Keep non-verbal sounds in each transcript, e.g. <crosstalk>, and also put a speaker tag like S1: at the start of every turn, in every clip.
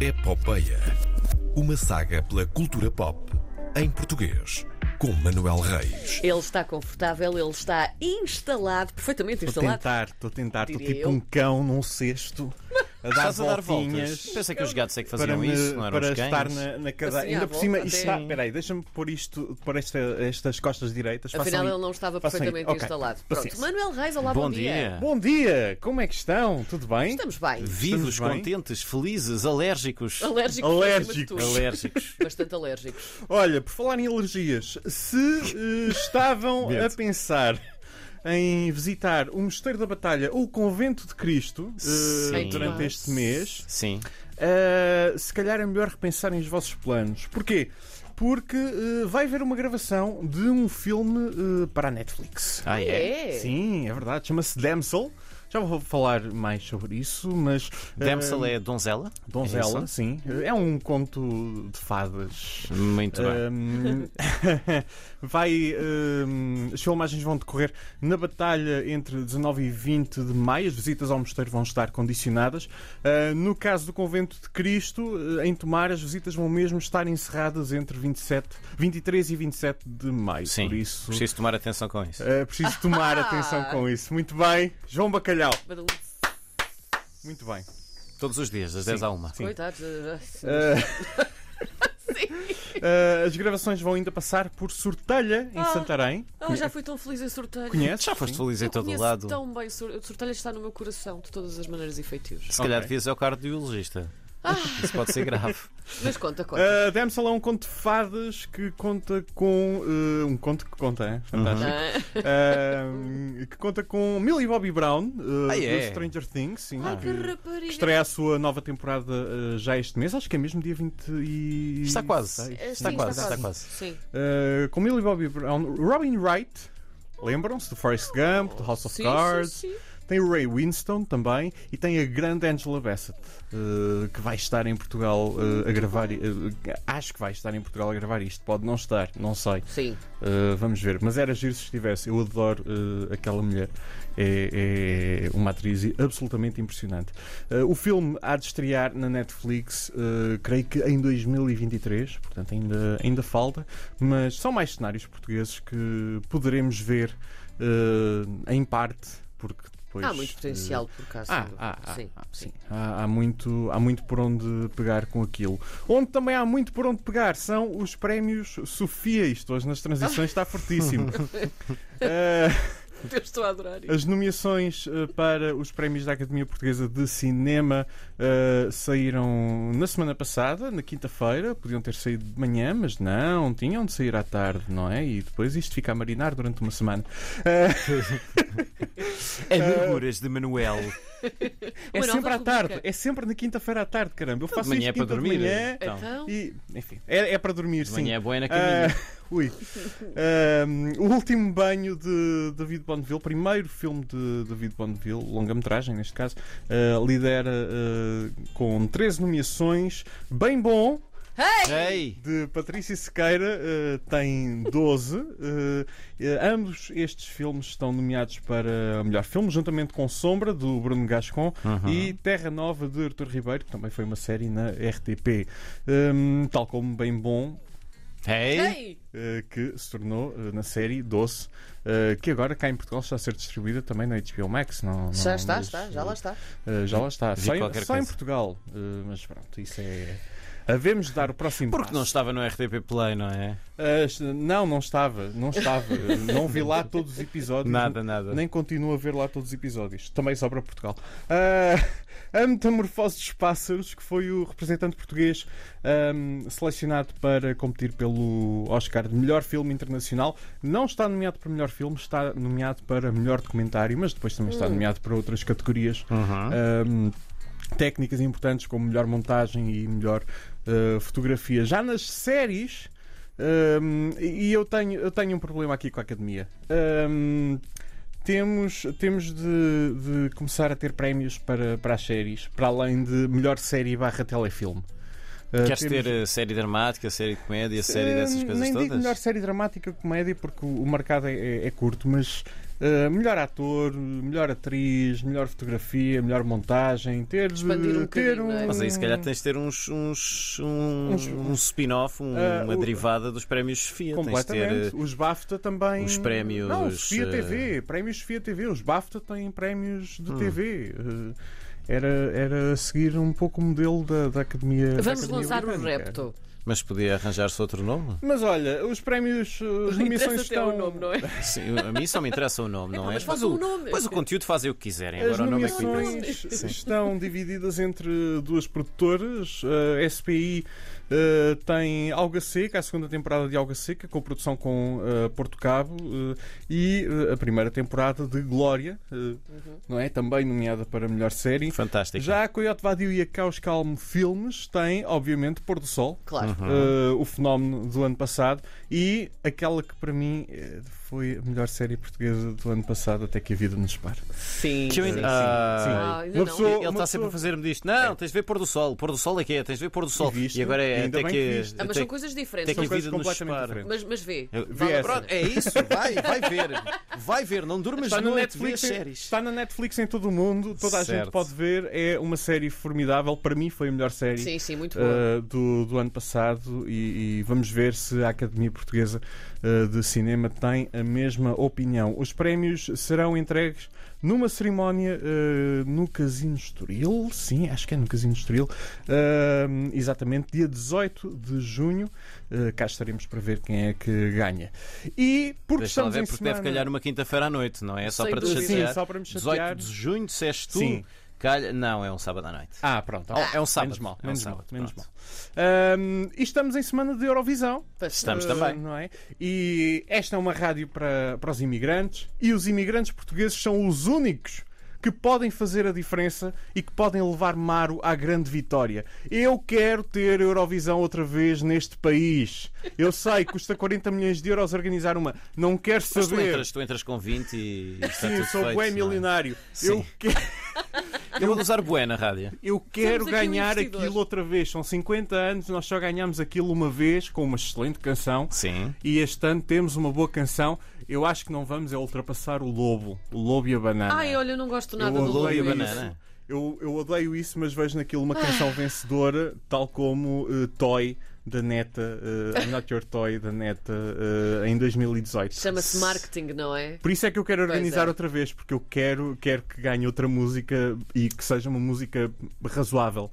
S1: Epopeia. É Uma saga pela cultura pop em português, com Manuel Reis.
S2: Ele está confortável, ele está instalado, perfeitamente
S3: Estou a
S2: instalado.
S3: tentar, estou a tentar, estou
S2: Diria
S3: tipo
S2: eu.
S3: um cão
S2: <laughs>
S3: num cesto a dar
S4: Estás a dar voltas.
S3: voltinhas.
S4: Pensei que os gatos é que faziam
S3: Para, me-
S4: isso, não eram
S3: para
S4: os cães.
S3: estar na, na cadeira.
S2: Assim, à
S3: Ainda por cima,
S2: volta,
S3: isto
S2: até-
S3: está. Espera aí, deixa-me pôr isto, pôr esta, estas costas direitas.
S2: Afinal,
S3: façam aí-
S2: ele não estava
S3: façam aí.
S2: perfeitamente
S3: Ok,
S2: instalado. Pronto,
S3: paciência.
S2: Manuel Reis, olá, bom,
S4: Bom dia.
S3: Bom dia, como é que estão? Tudo bem?
S2: Estamos bem.
S4: Vivos,
S3: Estamos bem?
S4: contentes, felizes, alérgicos.
S2: Alérgicos.
S3: Alérgicos.
S2: acima de tudo.
S4: Alérgicos.
S2: Bastante alérgicos.
S3: Olha, por falar em alergias, se eh,
S4: <laughs>
S3: estavam a
S4: Medo.
S3: pensar em visitar o Mosteiro da Batalha ou o Convento de Cristo eh,
S4: Sim.
S3: durante este mês,
S4: Sim.
S3: Uh, se calhar é melhor repensarem os vossos planos. Porquê? Porque uh, vai haver uma gravação de um filme uh, para a Netflix.
S4: Ah, é?
S2: É.
S3: Sim, é verdade. Chama-se Damsel. Já vou falar mais sobre isso, mas. uh,
S4: Damsel é donzela?
S3: Donzela,
S4: É isso? Hum.
S3: sim. É um conto de fadas.
S4: Muito bem.
S3: Um, <laughs> vai, um, as filmagens vão decorrer na batalha entre 19 e 20 de maio. As visitas ao mosteiro vão estar condicionadas. Uh, no caso do Convento de Cristo, uh, em Tomar, as visitas vão mesmo estar encerradas entre 27, 23 e 27 de maio.
S4: Sim.
S3: Por isso, Eh, preciso,
S4: Preciso tomar atenção com isso.
S3: preciso tomar atenção com isso. Muito bem, João Bacalhau.
S2: Badum.
S3: Muito bem.
S4: Todos os dias, das 10 à 1.
S3: Sim.
S2: Coitados. eh, sim.
S3: Uh, as gravações vão ainda passar por Sortelha, em
S2: Ah.
S3: Santarém.
S2: Ah, já fui tão feliz em sorteio.
S3: Conheces?
S4: Já foste feliz em
S2: Eu
S4: todo o
S2: conheço
S4: lado.
S2: tão bem. Sor- Sortelha está no meu coração, de todas as maneiras e feitios.
S4: Se calhar
S3: Ok.
S4: devias ser o cardiologista. Isso pode
S3: <laughs>
S4: ser grave.
S2: Mas conta, conta.
S3: Uh, Damsel é um conto de fadas que conta com. uh, um conto que conta, é? Fantástico.
S2: Ah,
S3: Uh, que conta com Millie Bobby Brown, uh,
S4: Ah, é?
S3: do Stranger Things, sim.
S2: Ai, que
S3: que
S2: rapariga.
S3: estreia a sua nova temporada uh, já este mês, acho que é mesmo dia 20 e.
S4: Está quase.
S2: Eh,
S4: Está
S2: sim,
S4: quase, está quase.
S2: Sim.
S3: Uh, com Millie Bobby Brown, Robin Wright, lembram-se do Forrest Gump, do House of
S2: Sim,
S3: Cards.
S2: sim, sim.
S3: Tem o Ray Winston também e tem a grande Angela Bassett, eh, que vai estar em Portugal eh, a gravar. eh, acho que vai estar em Portugal a gravar isto. Pode não estar, não sei.
S2: Sim.
S3: Eh, vamos ver. Mas era giro se estivesse. Eu adoro eh, aquela mulher. É, é uma atriz absolutamente impressionante. Eh, o filme há de estrear na Netflix, eh, creio que em 2023, portanto ainda, ainda falta. Mas são mais cenários portugueses que poderemos ver eh, em parte, porque depois.
S2: Há muito potencial, por acaso.
S3: Ah,
S2: sem
S3: ah,
S2: dúvida.
S3: ah,
S2: sim,
S3: ah, sim. Há, há muito, há muito por onde pegar com aquilo. Onde também há muito por onde pegar são os prémios Sofia. Isto hoje nas transições está
S4: <laughs>
S3: fortíssimo. Eh,
S2: <laughs> Eu estou a adorar isso.
S3: as nomeações eh, para os prémios da Academia Portuguesa de Cinema eh, saíram na semana passada, na quinta-feira. Podiam ter saído de manhã, mas não, tinham de sair à tarde, não é? E depois isto fica a marinar durante uma semana. Eh,
S4: Amarguras É de Manuel.
S3: é
S2: Uma nova
S3: sempre à
S2: rubrica.
S3: tarde, é sempre na quinta-feira à tarde, caramba. Eu faço isto
S4: manhã é para
S3: quinta de
S4: dormir.
S3: manhã,
S4: Então.
S2: Então,
S3: E, enfim, é, é para dormir,
S4: De
S3: sim.
S4: manhã é boa e na
S3: Ah,
S4: caminha.
S3: ui. Ah, o último banho de David Bonneville, primeiro filme de David Bonneville, longa-metragem neste caso, ah, lidera ah, com 13 nomeações. Bem bom,
S4: Ei!
S3: de Patrícia Sequeira, ah, tem 12. ah, ah, ambos estes filmes estão nomeados para melhor filme, juntamente com Sombra, do Bruno Gascon,
S4: Uhum.
S3: e Terra Nova de Arthur Ribeiro, que também foi uma série na RTP. Hum, tal como Bem Bom,
S4: Ei!
S2: ei!
S3: eh, que se tornou eh, na série Doce, eh, que agora cá em Portugal está a ser distribuída também na HBO Max. Não,
S2: Já
S3: não-
S2: está,
S3: mas,
S2: está, já lá está.
S3: eh, já lá está.
S4: Vi
S3: Só, em,
S4: qualquer
S3: só em
S4: coisa.
S3: Portugal. eh, mas pronto, isso é. Havemos de dar o próximo
S4: Porque não
S3: passo.
S4: estava no RTP Play, não é?
S3: Eh, est- não, não estava, não estava. Eh, não vi lá todos os episódios.
S4: Nada, nada.
S3: Uhum. Nem continuo a ver lá todos os episódios. Também só para Portugal. Ah, a Metamorfose dos Pássaros, que foi o representante português ahm, selecionado para competir pelo Oscar de melhor filme internacional, não está nomeado para melhor filme, está nomeado para melhor documentário, mas depois também está nomeado para outras categorias.
S4: Uhum.
S3: ahm, técnicas importantes como melhor montagem e melhor uh, fotografia. Já nas séries, um, e e eu tenho, eu tenho um problema aqui com a academia. Um, temos, temos de, de começar a ter prémios para, para as séries, para além de melhor série barra telefilme. Uh,
S4: Queres
S3: temos-
S4: ter eh, série dramática, série de comédia, série
S3: eh,
S4: dessas coisas
S3: Nem digo
S4: todas?
S3: melhor série dramática ou comédia porque o o mercado é, é- é curto, mas eh, melhor ator, melhor atriz, melhor fotografia, melhor montagem, ter,
S2: Expandir um
S3: ter
S2: bocadinho, não é?
S4: Mas aí se calhar tens de ter uns, uns, um,
S3: Uns-
S4: um spin-off, um-
S3: Ah,
S4: uma
S3: o-
S4: derivada dos prémios Sofia. Tens de ter.
S3: Completamente. Os BAFTA também.
S4: os prémios,
S3: Não, Sofia
S4: eh,
S3: TV, prémios Sofia TV. Os BAFTA têm prémios
S4: Hum.
S3: de TV. Eh, Era, era seguir um pouco o modelo da, da Academia. da
S2: Vamos
S3: Academia
S2: lançar o
S3: Britânica.
S2: repto.
S4: eh, Mas podia arranjar-se outro nome?
S3: Mas olha, os prémios, eh, as
S2: Não
S3: nomeações
S2: interessa até
S3: estão.
S2: o nome, <laughs> não é?
S4: Sim, a mim só me interessa o
S2: <laughs>
S4: nome, não é?
S2: mas
S4: Depois
S2: falta
S4: o,
S2: um nome.
S4: depois o conteúdo fazem o que quiserem.
S3: As
S4: Agora o nome é que me interessa.
S3: nomeações <laughs> estão divididas entre duas produtoras. A SPI eh, tem Alga Seca, a segunda temporada de Alga Seca, com produção com eh, Porto Cabo, eh, e eh, a primeira temporada de Glória, eh, não é? Também nomeada para melhor série.
S4: Fantástico.
S3: Já a Coyote Vadio e a Caos Calmo Filmes têm, obviamente, Pôr do Sol,
S2: Claro.
S4: Uhum.
S3: eh, o fenómeno do ano passado, e aquela que para mim eh, foi a melhor série portuguesa do ano passado, até que a vida nos pare.
S2: Sim.
S4: Que eu ainda-
S2: sim.
S4: Ah,
S2: Ah, ainda
S3: Uma
S2: não.
S3: pessoa-
S4: Ele está
S3: uma
S4: sempre
S3: pessoa-
S4: a
S3: É.
S4: fazer-me disto. Não, tens de ver pôr do sol. Pôr do sol é que é, tens de ver pôr do sol.
S3: E viste?
S4: E agora é
S3: Ainda
S4: até
S3: bem
S4: que.
S3: que viste.
S2: Ah, mas
S4: até
S2: são
S4: que-
S2: coisas
S4: até
S2: diferentes.
S4: que a
S3: São coisas
S4: vida nos
S3: completamente
S4: separa.
S3: diferentes.
S2: Mas, mas vê.
S4: Eu-
S3: Vê
S4: Vale-
S3: essa.
S4: pronto, é isso, vai, vai ver. Vai ver, não durmas
S3: Está, no tá
S4: noite, vê
S3: Netflix,
S4: as
S3: em-
S4: séries.
S3: está na Netflix em todo o mundo, toda a
S4: Certo.
S3: gente pode ver. É uma série formidável. Para mim, foi a melhor série
S2: Sim, sim, muito boa.
S3: uh, do, do ano passado. E, e vamos ver se a Academia Portuguesa uh, de Cinema tem a mesma opinião. Os prémios serão entregues numa cerimónia uh, no Casino Estoril. Sim, acho que é no Casino Estoril. Uh, exatamente, dia 18 de junho. Uh, cá estaremos para ver quem é que ganha. E porque
S4: Deixa lá
S3: estamos
S4: ver,
S3: em
S4: porque deve
S3: semana-
S4: calhar uma quinta-feira à noite, não é? Só
S2: Sem
S4: para te
S2: dúvida.
S4: chatear.
S3: Sim, só para me chatear.
S4: 18 de junho, disseste tu.
S3: Sim.
S4: Calha... Não, é um sábado à noite.
S3: Ah, pronto.
S4: É um sábado.
S3: Menos mal,
S4: é um
S3: menos
S4: sábado,
S3: mal, menos
S4: pronto.
S3: mal. Ahm, Ehm, e estamos em semana de Eurovisão.
S4: Estamos
S3: Ah,
S4: também.
S3: Não é? E esta é uma rádio para, para os imigrantes e os imigrantes portugueses são os únicos que podem fazer a diferença e que podem levar Maro à grande vitória. Eu quero ter Eurovisão outra vez neste país. Eu sei, custa 40 milhões de euros organizar uma. Não quero
S4: Mas tu
S3: saber.
S4: entras, tu entras com
S3: <laughs>
S4: 20 e está
S3: Sim,
S4: tudo
S3: sou
S4: feito,
S3: bué
S4: não é?
S3: milionário.
S4: Sim.
S3: Eu quero.
S4: Eu vou usar bué na rádio.
S3: Eu quero
S2: aqui um
S3: ganhar
S2: investidor.
S3: aquilo outra vez. São 50 anos, nós só ganhámos aquilo uma vez com uma excelente canção.
S4: Sim.
S3: E este ano temos uma boa canção. Eu acho que não vamos é ultrapassar o Lobo. O Lobo e a Banana.
S2: Ai, olha, eu não gosto nada
S3: Ah, eu
S2: do Lobo
S4: e a
S3: odeio
S4: Banana.
S3: isso. Eu, eu odeio isso, mas vejo naquilo uma
S2: Ah.
S3: canção vencedora, tal como eh, Toy da Neta, eh, I'm Not Your Toy da Neta, eh, em 2018.
S2: Chama-se marketing, não é?
S3: Por isso é que eu quero
S2: Pois
S3: organizar
S2: é.
S3: outra vez, porque eu quero, quero que ganhe outra música e que seja uma música razoável.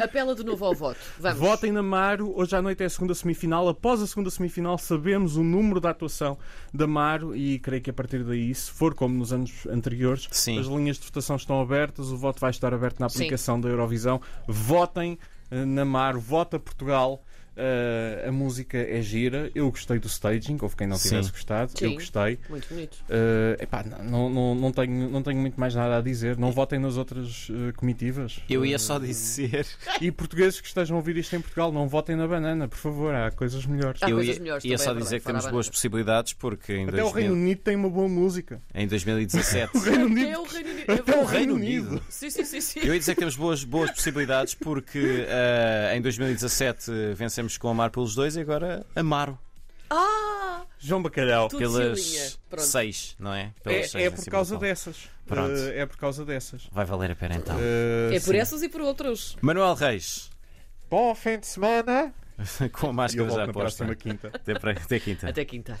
S2: Apela de novo ao voto. Vamos.
S3: Votem na Maro. Hoje à noite é a segunda semifinal. Após a segunda semifinal, sabemos o número da atuação da Maro e creio que a partir daí, se for como nos anos anteriores,
S4: Sim.
S3: as linhas de votação estão abertas. O voto vai estar aberto na
S2: Sim.
S3: aplicação da Eurovisão. Votem eh, na Maro. Vota Portugal. Eh, a música é gira. Eu gostei do staging. Houve quem não
S4: Sim.
S3: tivesse gostado. Eu
S2: Sim.
S3: gostei.
S2: Muito bonito.
S3: Eh, epá, não, não, não, tenho, não tenho muito mais nada a dizer. Não votem nas outras eh, comitivas.
S4: Eu ia só dizer.
S3: E portugueses que estejam a ouvir isto em Portugal, não votem na banana, por favor, há coisas melhores.
S2: Há
S4: eu
S2: coisas
S4: ia,
S2: melhores
S4: ia
S2: também,
S4: só
S2: é
S4: dizer
S2: verdade,
S4: que temos
S2: fora a
S4: boas
S2: banana.
S4: possibilidades porque em,
S3: Até o
S4: 2000
S3: Reino Unido tem uma boa música. <laughs>
S4: em 2017.
S3: Reino Unido-
S2: <laughs> Até o Reino Unido.
S3: Até o
S2: Eu-
S3: Reino Unido.
S2: Sim, sim, sim. sim.
S4: Eu ia dizer que temos boas, boas possibilidades porque eh, em 2017 vencemos com Amar pelos dois e agora Amaro
S2: Ah!
S3: João Bacalhau.
S2: Tudo
S4: pelas
S2: cilinha. Pronto.
S4: seis, não é? Pelas
S3: É,
S4: seis
S3: é
S4: em
S3: por
S4: cima
S3: causa
S4: do pão.
S3: dessas.
S4: Pronto.
S3: Eh, é por causa dessas.
S4: Vai valer a pena então.
S3: Eh,
S2: É por
S3: sim.
S2: essas e por outras.
S4: Manuel Reis, <laughs>
S3: Bom fim de semana.
S4: com
S3: E
S4: a
S3: eu
S4: máscara
S3: volto
S4: já
S3: na
S4: posta.
S3: próxima quinta.
S4: Até, para- até quinta.
S2: Até quinta.